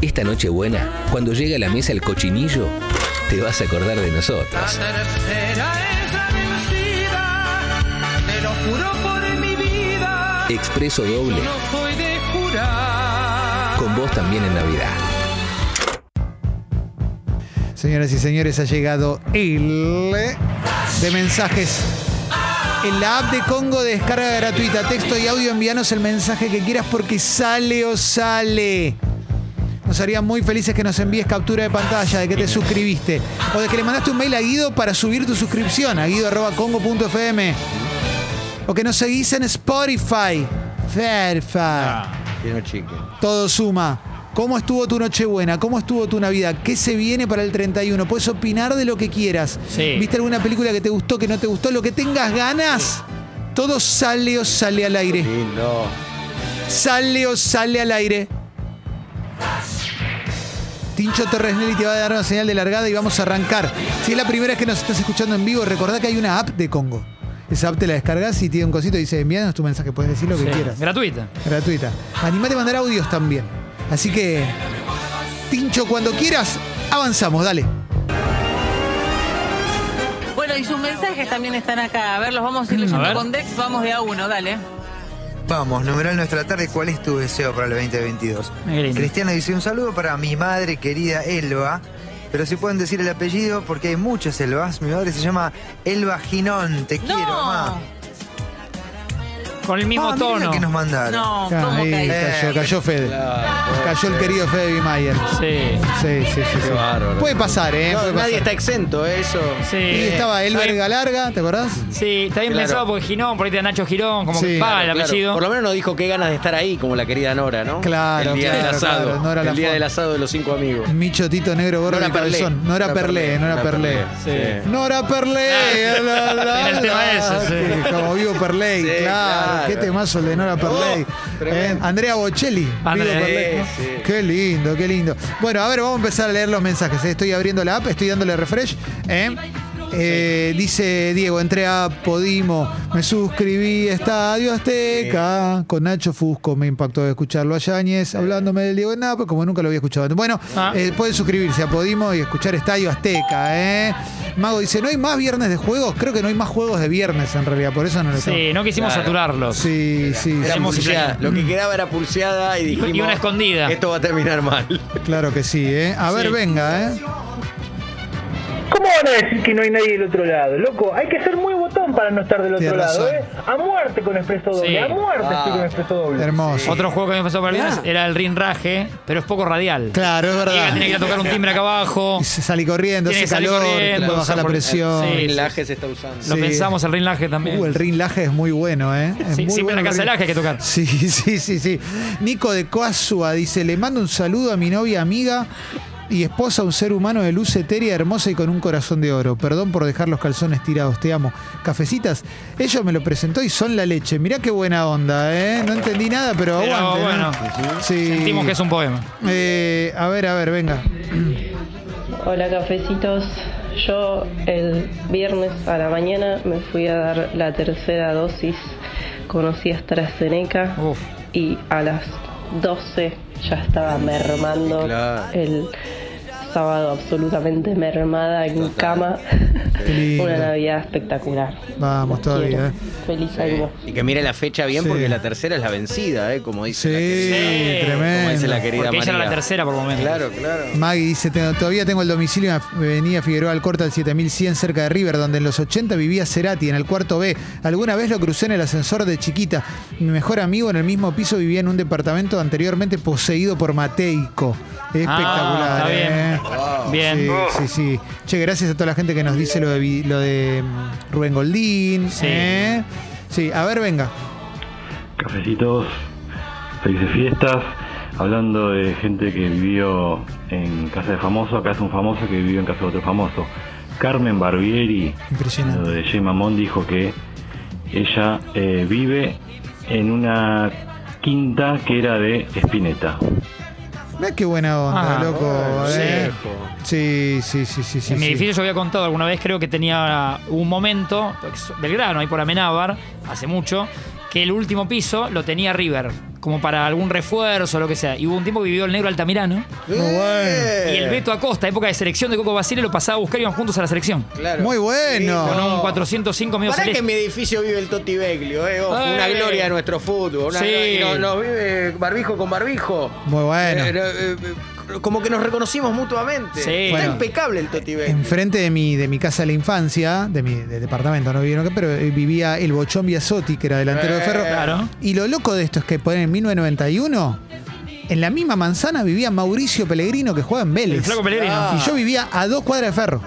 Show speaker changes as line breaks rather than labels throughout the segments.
Esta noche buena, cuando llegue a la mesa el cochinillo, te vas a acordar de
La
nosotros.
tercera es la vencida, te lo juro por mi vida.
Expreso doble,
No soy de jurar.
con vos también en Navidad.
Señoras y señores, ha llegado el de mensajes. En la app de Congo de descarga gratuita, texto y audio, envíanos el mensaje que quieras porque sale o sale. Nos haría muy felices que nos envíes captura de pantalla de que te suscribiste o de que le mandaste un mail a Guido para subir tu suscripción a guido.congo.fm o que nos seguís en Spotify. Verify.
Tiene chique.
Todo suma. ¿Cómo estuvo tu Nochebuena? ¿Cómo estuvo tu Navidad? ¿Qué se viene para el 31? Puedes opinar de lo que quieras.
Sí.
¿Viste alguna película que te gustó, que no te gustó? Lo que tengas ganas, todo sale o sale al aire.
Lindo.
Sale o sale al aire. Tincho Torres Nelly te va a dar una señal de largada y vamos a arrancar. Si es la primera vez que nos estás escuchando en vivo, recordá que hay una app de Congo. Esa app te la descargas y tiene un cosito y dice, envíanos tu mensaje, puedes decir lo que
Sí,
quieras
Gratuita.
gratuita. Animate a mandar audios también. Así que, Tincho, cuando quieras, avanzamos, dale.
Bueno, y sus mensajes también están acá. A ver, los vamos a ir
A
leyendo
ver.
con Dex. Vamos de a uno, dale.
Vamos, numeral nuestra tarde, ¿cuál es tu deseo para el 2022?
Qué lindo.
Cristiana dice un saludo para mi madre querida Elba, pero si pueden decir el apellido porque hay muchas Elvas, mi madre se llama Elba Ginón, te quiero,
No,
mamá.
Con el mismo
Ah, mirá
tono.
la que nos mandaron.
no,
Ah,
¿cómo
ahí
caí?
Eh,
cayó, cayó Fede. Cayó el querido Fede Bimayer.
Sí.
Sí, sí, sí. sí.
bárbaro.
Puede pasar, ¿eh?
No,
Puede
nadie
pasar.
está exento, ¿eh? eso.
Sí.
Y estaba el
Está bien-
verga larga, ¿te acordás?
Sí, está bien
Claro.
pensado porque Girón, por ahí está Nacho Girón, como
Sí.
que paga el
Claro,
apellido.
Por lo menos nos dijo qué ganas de estar ahí, como la querida Nora, ¿no?
Claro,
El día
claro,
del asado.
claro, Nora
el día
Lafont.
del asado de los cinco amigos.
Micho, Tito, Negro, Gordo,
Nora
y
Perlé.
Cabezón. No era
Nora
Perlé,
Perlé,
no era
Nora
Perlé.
Perlé. Sí.
Nora Perlé. la, la, la,
Era el tema
la.
ese, sí.
Sí, Como vivo Perlé,
Sí,
claro.
claro.
Qué temazo el de Nora Perlé.
Oh,
Eh,
tremendo.
Andrea Bocelli. Vivo
Andrea,
Perlé.
sí, sí.
Qué lindo, qué lindo. Bueno, a ver, vamos a empezar a leer los mensajes. eh. Estoy abriendo la app, estoy dándole refresh. eh. Eh, dice Diego, entré a Podimo, me suscribí a Estadio Azteca con Nacho Fusco, me impactó escucharlo a Yáñez hablándome del Diego Napa, como nunca lo había escuchado antes. Bueno,
Ah.
eh, pueden suscribirse a Podimo y escuchar Estadio Azteca. ¿eh? Mago dice, ¿no hay más viernes de juegos? Creo que no hay más juegos de viernes en realidad, por eso no lo
Sí, no quisimos
Claro.
saturarlos.
Sí, sí,
Era
sí,
Hacemos
pulseada.
un-
Lo que quedaba era pulseada y dijimos.
Y una escondida.
Esto va a terminar mal.
claro que sí. ¿eh? A ver,
Sí.
venga. ¿eh?
¿Cómo van a decir que no hay nadie del otro lado? Loco, hay que ser muy botón para no estar del otro
Tienes
lado,
razón.
¿eh? A muerte con Expreso Doble,
Sí.
a muerte
Ah.
estoy con Expreso Doble.
Hermoso.
Otro juego que me pasó por el viernes era el rinraje, pero es poco radial.
Claro, es
Llega,
verdad.
tiene que ir a tocar un timbre acá abajo.
Y se salí corriendo,
Tiene
hace
que salir
calor,
corriendo,
puede bajar la
por-
presión.
Sí,
El
sí.
laje se está usando.
Lo
Sí.
pensamos el rinraje también.
Uh, el rinlaje es muy bueno, ¿eh? Es
Sí,
muy
siempre en
bueno
la
el
casa del
ring-
aje hay que tocar.
Sí, sí, sí, sí. Nico de Coasua dice, le mando un saludo a mi novia amiga y esposa, un ser humano de luz etérea, hermosa y con un corazón de oro. Perdón por dejar los calzones tirados, te amo. Cafecitas, ella me lo presentó y son la leche. Mirá qué buena onda, ¿eh? No entendí nada, pero
Pero
aguante. ¿no?
bueno,
Sí.
sentimos que es un poema.
Eh, a ver, a ver, venga.
Hola cafecitos, yo el viernes a la mañana me fui a dar la tercera dosis, conocí AstraZeneca
Oh.
Uf.
y a las 12 ya estaba mermando
Sí, claro.
el sábado absolutamente mermada en cama.
Qué lindo.
Una Navidad espectacular.
Vamos,
Los
todavía,
quiero.
eh.
Feliz
Sí.
año.
Y que mire la fecha bien
Sí.
porque la tercera es la vencida, ¿eh? como
Sí,
dice la querida,
Sí.
como dice la
tremendo.
querida
Porque ella era la
María.
tercera por momento.
Claro, claro.
Maggie dice, "Tengo- todavía tengo el domicilio en la avenida Figueroa Alcorta al 7100 cerca de River, donde en los 80 vivía Cerati, en el cuarto B. Alguna vez lo crucé en el ascensor de chiquita. Mi mejor amigo en el mismo piso vivía en un departamento anteriormente poseído por Mateico. Espectacular.
Ah, está bien.
¿eh?
Bien.
Sí, sí, sí. Che, gracias a toda la gente que nos dice lo de, vi- lo de mm, Rubén Goldín.
Sí.
¿eh? Sí, a ver, venga.
Cafecitos, felices fiestas. Hablando de gente que vivió en casa de famoso, acá es un famoso que vivió en casa de otro famoso. Carmen Barbieri,
Impresionante.
lo de Jay Mamón, dijo que ella eh, vive en una quinta que era de Espineta.
Mirá qué buena onda,
Ah,
loco.
bueno,
¿eh?
viejo.
Sí, sí, sí, sí, sí.
en mi
sí.
edificio yo había contado alguna vez, creo que tenía un momento, pues, Belgrano, ahí por Amenábar, hace mucho, que el último piso lo tenía River, como como para algún refuerzo o lo que sea. Y hubo un tiempo que vivió el negro Altamirano. Y
Eh.
el Beto Acosta, época de selección de Coco Basile, lo pasaba a buscar y íbamos juntos a la selección.
Claro.
Muy bueno.
Con un 405 medio
Oh. Pará que
celeste.
en mi edificio vive el Toti Beglio, eh, ojo,
Eh.
una gloria de nuestro fútbol. una
Sí.
gloria- y no- nos vive barbijo con barbijo.
Muy bueno.
Eh, no, eh, eh, como que nos reconocimos mutuamente.
Sí.
Está
Bueno.
impecable el Toti Beglio.
Enfrente de mi, de mi casa de la infancia, de mi de departamento, no vivieron acá, pero eh, vivía el Bochón Biasotti, que era delantero de Ferro.
Eh, Claro.
Y lo loco de esto es que ponen en 1991, en la misma manzana vivía Mauricio Pellegrino, que juega en Vélez.
El flaco Pellegrino.
Y yo vivía a dos cuadras de Ferro.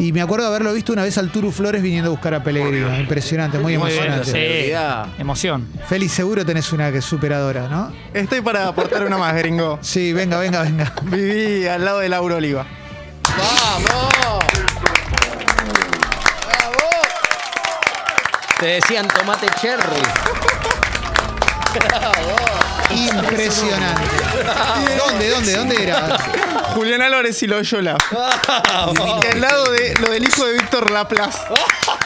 Y me acuerdo de haberlo visto una vez al Turu Flores viniendo a buscar a Pellegrino. Impresionante, muy,
Muy bien,
emocionante.
sí. Emoción.
Félix, seguro tenés una que es superadora, ¿no?
Estoy para aportar una más, gringo.
Sí, venga, venga, venga.
Viví al lado de Laura Oliva.
¡Vamos! ¡Bravo! Te decían tomate cherry.
Impresionante. ¿Dónde, dónde, dónde era?
Julián Álvarez y Loyola. Y al lado de lo del hijo de Víctor Laplace.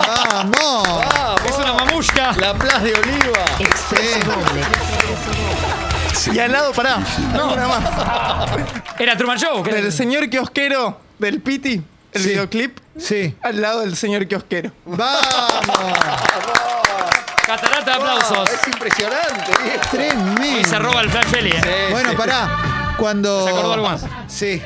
¡Vamos!
Es una mamushka.
La Plaza de Oliva.
Sí.
Y al lado, pará, no, una más.
Era Truman Show. que era-
Del señor kiosquero del Piti, el
Sí.
videoclip,
Sí.
al lado del señor kiosquero.
¡Vamos!
Catarata de aplausos.
Ah, Es impresionante. viejo.
Hoy se
Tremendo.
roba el flash Belly, eh.
Bueno, pará. Cuando.
Se acordó algo más.
Sí.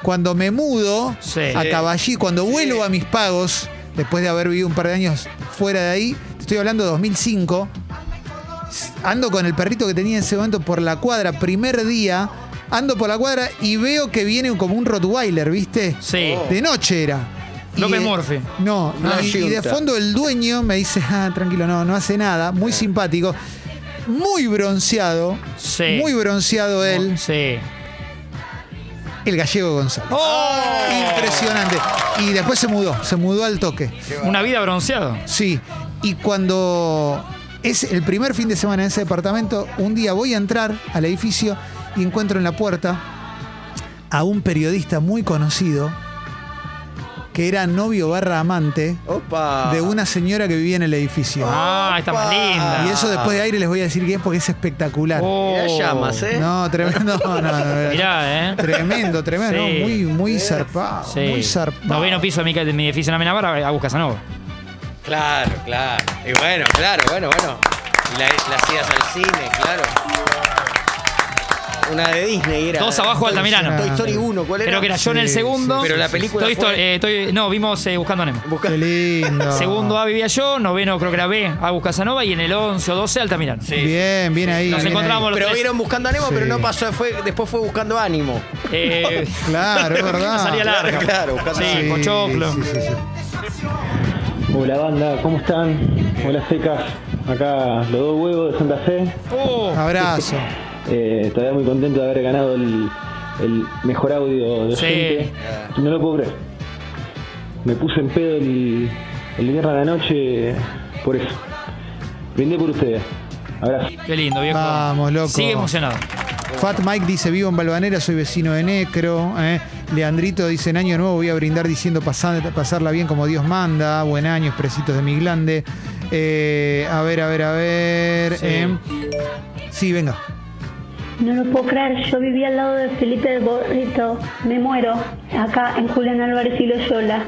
Cuando me mudo
Sí.
a Caballí, cuando vuelvo a mis pagos, después de haber vivido un par de años fuera de ahí, te estoy hablando de 2005. Ando con el perrito que tenía en ese momento por la cuadra, primer día. Ando por la cuadra y veo que viene como un Rottweiler, ¿viste?
Sí.
De noche era. Y,
López
eh,
Morfe.
No,
No,
y, y de
Junta.
fondo el dueño me dice, ah, tranquilo, no, no hace nada. Muy simpático. Muy bronceado.
Sí.
Muy bronceado él.
Sí.
El gallego González.
¡Oh!
Impresionante. Y después se mudó, se mudó al toque.
Una vida bronceado.
Sí. Y cuando es el primer fin de semana en ese departamento, un día voy a entrar al edificio y encuentro en la puerta a un periodista muy conocido que era novio barra amante
Opa.
de una señora que vivía en el edificio.
Ah, está más linda.
Y eso después de aire les voy a decir que es porque es espectacular.
Oh.
Mirá llamas, ¿eh?
No, tremendo. No, no, no.
Mirá, ¿eh?
Tremendo, tremendo.
Sí.
¿no? Muy, muy zarpado.
Sí.
Muy zarpado.
Noveno piso de mi, ca- de mi edificio en Amenabar, Agus Casanova.
Claro, claro. Y bueno, claro, bueno, bueno. Y la, las idas al cine, claro. Una de Disney era.
Dos abajo
Toy-
Altamirano.
Toy Story 1, ¿cuál era?
Creo que era yo en el
Sí,
segundo.
sí, Pero la película
Toy Story-
fue-
eh, Toy- no, vimos eh, Buscando a Nemo.
Busca-
Qué lindo.
Segundo A vivía yo, noveno creo que era B, Agus Casanova, y en el 11 o 12 Altamirano.
Bien, bien ahí.
Nos
bien
encontramos
ahí.
los
Pero
tres.
vieron buscando ánimo,
Sí.
pero no pasó. Fue, después fue buscando ánimo.
Eh,
Claro, es verdad.
salía larga.
Claro, buscando
Sí,
ánimo.
Pochoclo.
Sí, sí, sí,
Hola banda, ¿cómo están? Hola secas, acá los dos huevos de Santa Fe.
Oh,
sí. Abrazo.
Eh, todavía muy contento de haber ganado el, el mejor audio de
Sí.
oyente. No lo puedo creer. Me puse en pedo el, el viernes a la noche por eso. Brindé por ustedes. Abrazo.
qué lindo, viejo.
Vamos, loco.
Sigue emocionado.
Fat Mike dice: Vivo en Balvanera, soy vecino de Necro. eh. Leandrito dice: En año nuevo voy a brindar diciendo pasad- pasarla bien como Dios manda. Buen año, expresitos de mi glande. Eh, a ver, a ver, a ver.
Sí.
eh. sí venga.
No lo puedo creer, yo vivía al lado de Felipe del Borrito, me muero, acá en Julián Álvarez y Loyola.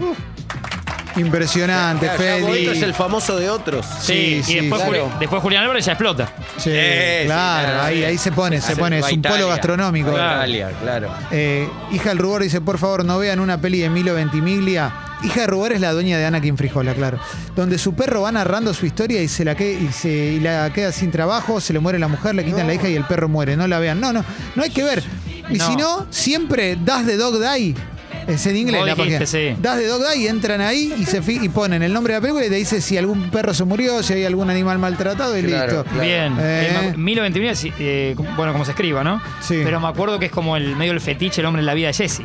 Impresionante,
Claro, ya Boito
Feli.
es el famoso de otros.
Sí,
Sí,
y después,
sí,
Juli-
claro.
después Julián Álvarez ya explota.
Sí,
Eh, sí,
claro,
claro,
ahí,
sí.
ahí se pone, se
Hace-
pone,
va
es
a
un polo
Italia.
gastronómico.
Va a Italia, claro.
Eh, hija del Rubor dice, por favor, no vean una peli de Milo Ventimiglia. Hija del Rubor es la dueña de Anakin Frijola, claro. Donde su perro va narrando su historia y se la, que, y se, y la queda sin trabajo, se le muere la mujer, le quitan la hija y el perro muere. No la vean. No, no, no hay que ver. Y
No.
si no, siempre Das the Dog Die. Es en inglés
Vos
la
dijiste,
página.
sí.
Das de Dog Die, entran ahí y se fi- y ponen el nombre de la película y te dice si algún perro se murió, si hay algún animal maltratado y
Claro,
listo.
claro.
Bien.
Eh.
Eh, ma- 1029, sí, eh, bueno, como se escriba, ¿no?
Sí.
Pero me acuerdo que es como el medio el fetiche, el hombre en la vida de Jesse.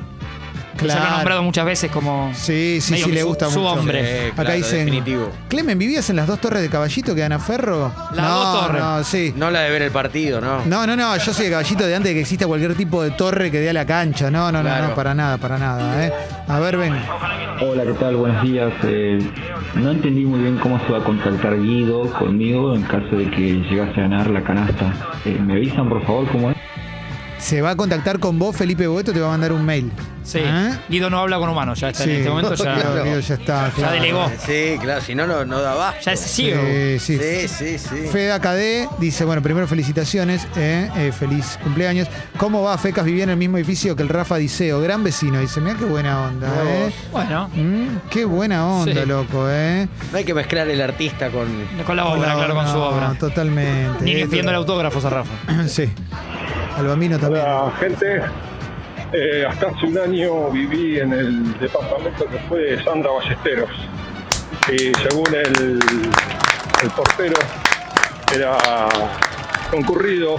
Se lo
Claro.
han nombrado muchas veces como.
Sí, sí,
medio
sí,
que
le
su-
gusta
su
mucho. Eh,
hombre.
Acá dicen. Clemen, ¿vivías en las dos torres de caballito que dan a Ferro?
Las
no,
dos torres.
No, sí.
No la de ver el partido, ¿no?
No, no, no, yo soy de caballito de antes de que exista cualquier tipo de torre que dé a la cancha. No, no, no,
Claro.
no, para nada, para nada. ¿eh? A ver, ven.
Hola, ¿qué tal? Buenos días. Eh, no entendí muy bien cómo se va a contactar Guido conmigo en caso de que llegase a ganar la canasta. Eh, ¿Me avisan, por favor, cómo es?
Se va a contactar con vos, Felipe Boeto, te va a mandar un mail.
Sí.
¿Eh?
Guido no habla con humanos, ya está
Sí.
en este momento. Ya,
Claro, Guido ya está, claro.
delegó.
Sí, claro, si no, no, no da abasto.
Ya es ciego.
Sí, sí.
Sí, sí, sí.
Feda KD dice, bueno, primero felicitaciones, eh, eh, feliz cumpleaños. ¿Cómo va? Fecas vivía en el mismo edificio que el Rafa Diceo, gran vecino, dice, mira qué buena onda,
Mirá
eh.
vos.
Bueno,
Mm, qué buena onda,
Sí.
loco, eh.
No hay que mezclar el artista con.
con la obra, claro, con su
No,
obra.
Totalmente.
Ni
eh.
pidiendo el autógrafo a Rafa.
Sí. Al bambino también.
Hola, Ah, gente. Eh, hasta hace un año viví en el departamento que fue de Sandra Ballesteros. Y según el, el portero, era concurrido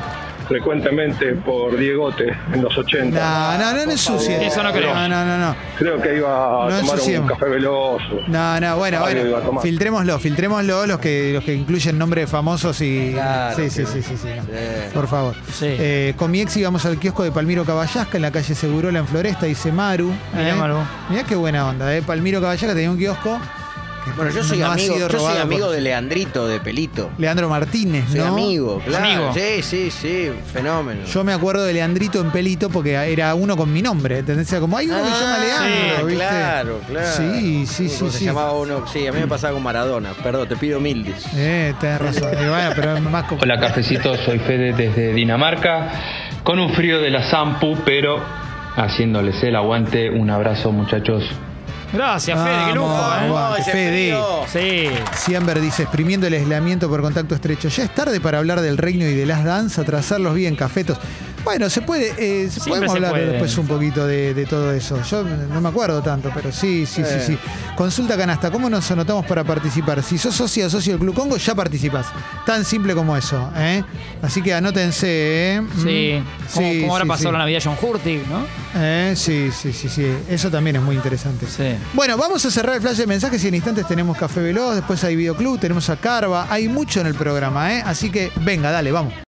frecuentemente por Diegote en los 80.
No, no, no, no ensucien.
Eso no creo.
No, no, no. no.
Creo que iba a
No
tomar un
ensuciemos.
café veloso.
No, no, bueno,
Algo iba a
bueno.
tomar.
Filtrémoslo, filtrémoslo los que, los que incluyen nombres famosos y. sí, sí, sí, sí, sí, no. Por favor. Eh, con mi ex íbamos al kiosco de Palmiro Caballasca en la calle Segurola en Floresta, dice Maru.
Mirá,
¿eh?
Maru.
Mirá qué buena onda, ¿eh? Palmiro Caballasca tenía un kiosco. que
Bueno, yo soy
no ha
amigo,
sido
yo soy
robado
amigo
por-
de Leandrito, de Pelito.
Leandro Martínez,
Soy
¿no?
amigo, claro. Sí, sí, sí, fenómeno.
Yo me acuerdo de Leandrito en pelito porque era uno con mi nombre. ¿entendés? Era como, hay uno que se llama Leandro,
Ah, sí,
¿viste?
Claro, claro.
Sí, sí,
Uy, cómo
sí,
Se
sí.
llamaba uno, sí, a mí me pasaba con Maradona. Perdón, te pido humildes.
Eh, tenés razón. Y bueno, pero es más complicado.
Hola cafecito, soy Fede desde Dinamarca, con un frío de la Zampu, pero haciéndoles el aguante. Un abrazo muchachos.
Gracias, Fede, qué
Oh,
lujo.
Vamos,
¿eh?
aguante, Fede. ¿eh? Siamber dice, exprimiendo el aislamiento por contacto estrecho. Ya es tarde para hablar del reino y de las danzas, trazarlos bien, cafetos. Bueno, se puede, eh, podemos
se
hablar
puede.
después un poquito de, de todo eso. Yo no me acuerdo tanto, pero sí, sí,
Eh.
sí, sí. Consulta canasta, ¿cómo nos anotamos para participar? Si sos socio o socio del Club Congo, ya participás. Tan simple como eso, ¿eh? Así que anótense, ¿eh? Mm.
Sí. ¿Cómo,
Sí,
cómo habrá
sí,
pasado
sí.
la Navidad John Hurtig, no?
Eh, sí, sí, sí, sí. Eso también es muy interesante. Bueno, vamos a cerrar el flash de mensajes y en instantes tenemos Café Veloz, después hay Videoclub, tenemos a Carva, hay mucho en el programa, ¿eh? Así que venga, dale, vamos.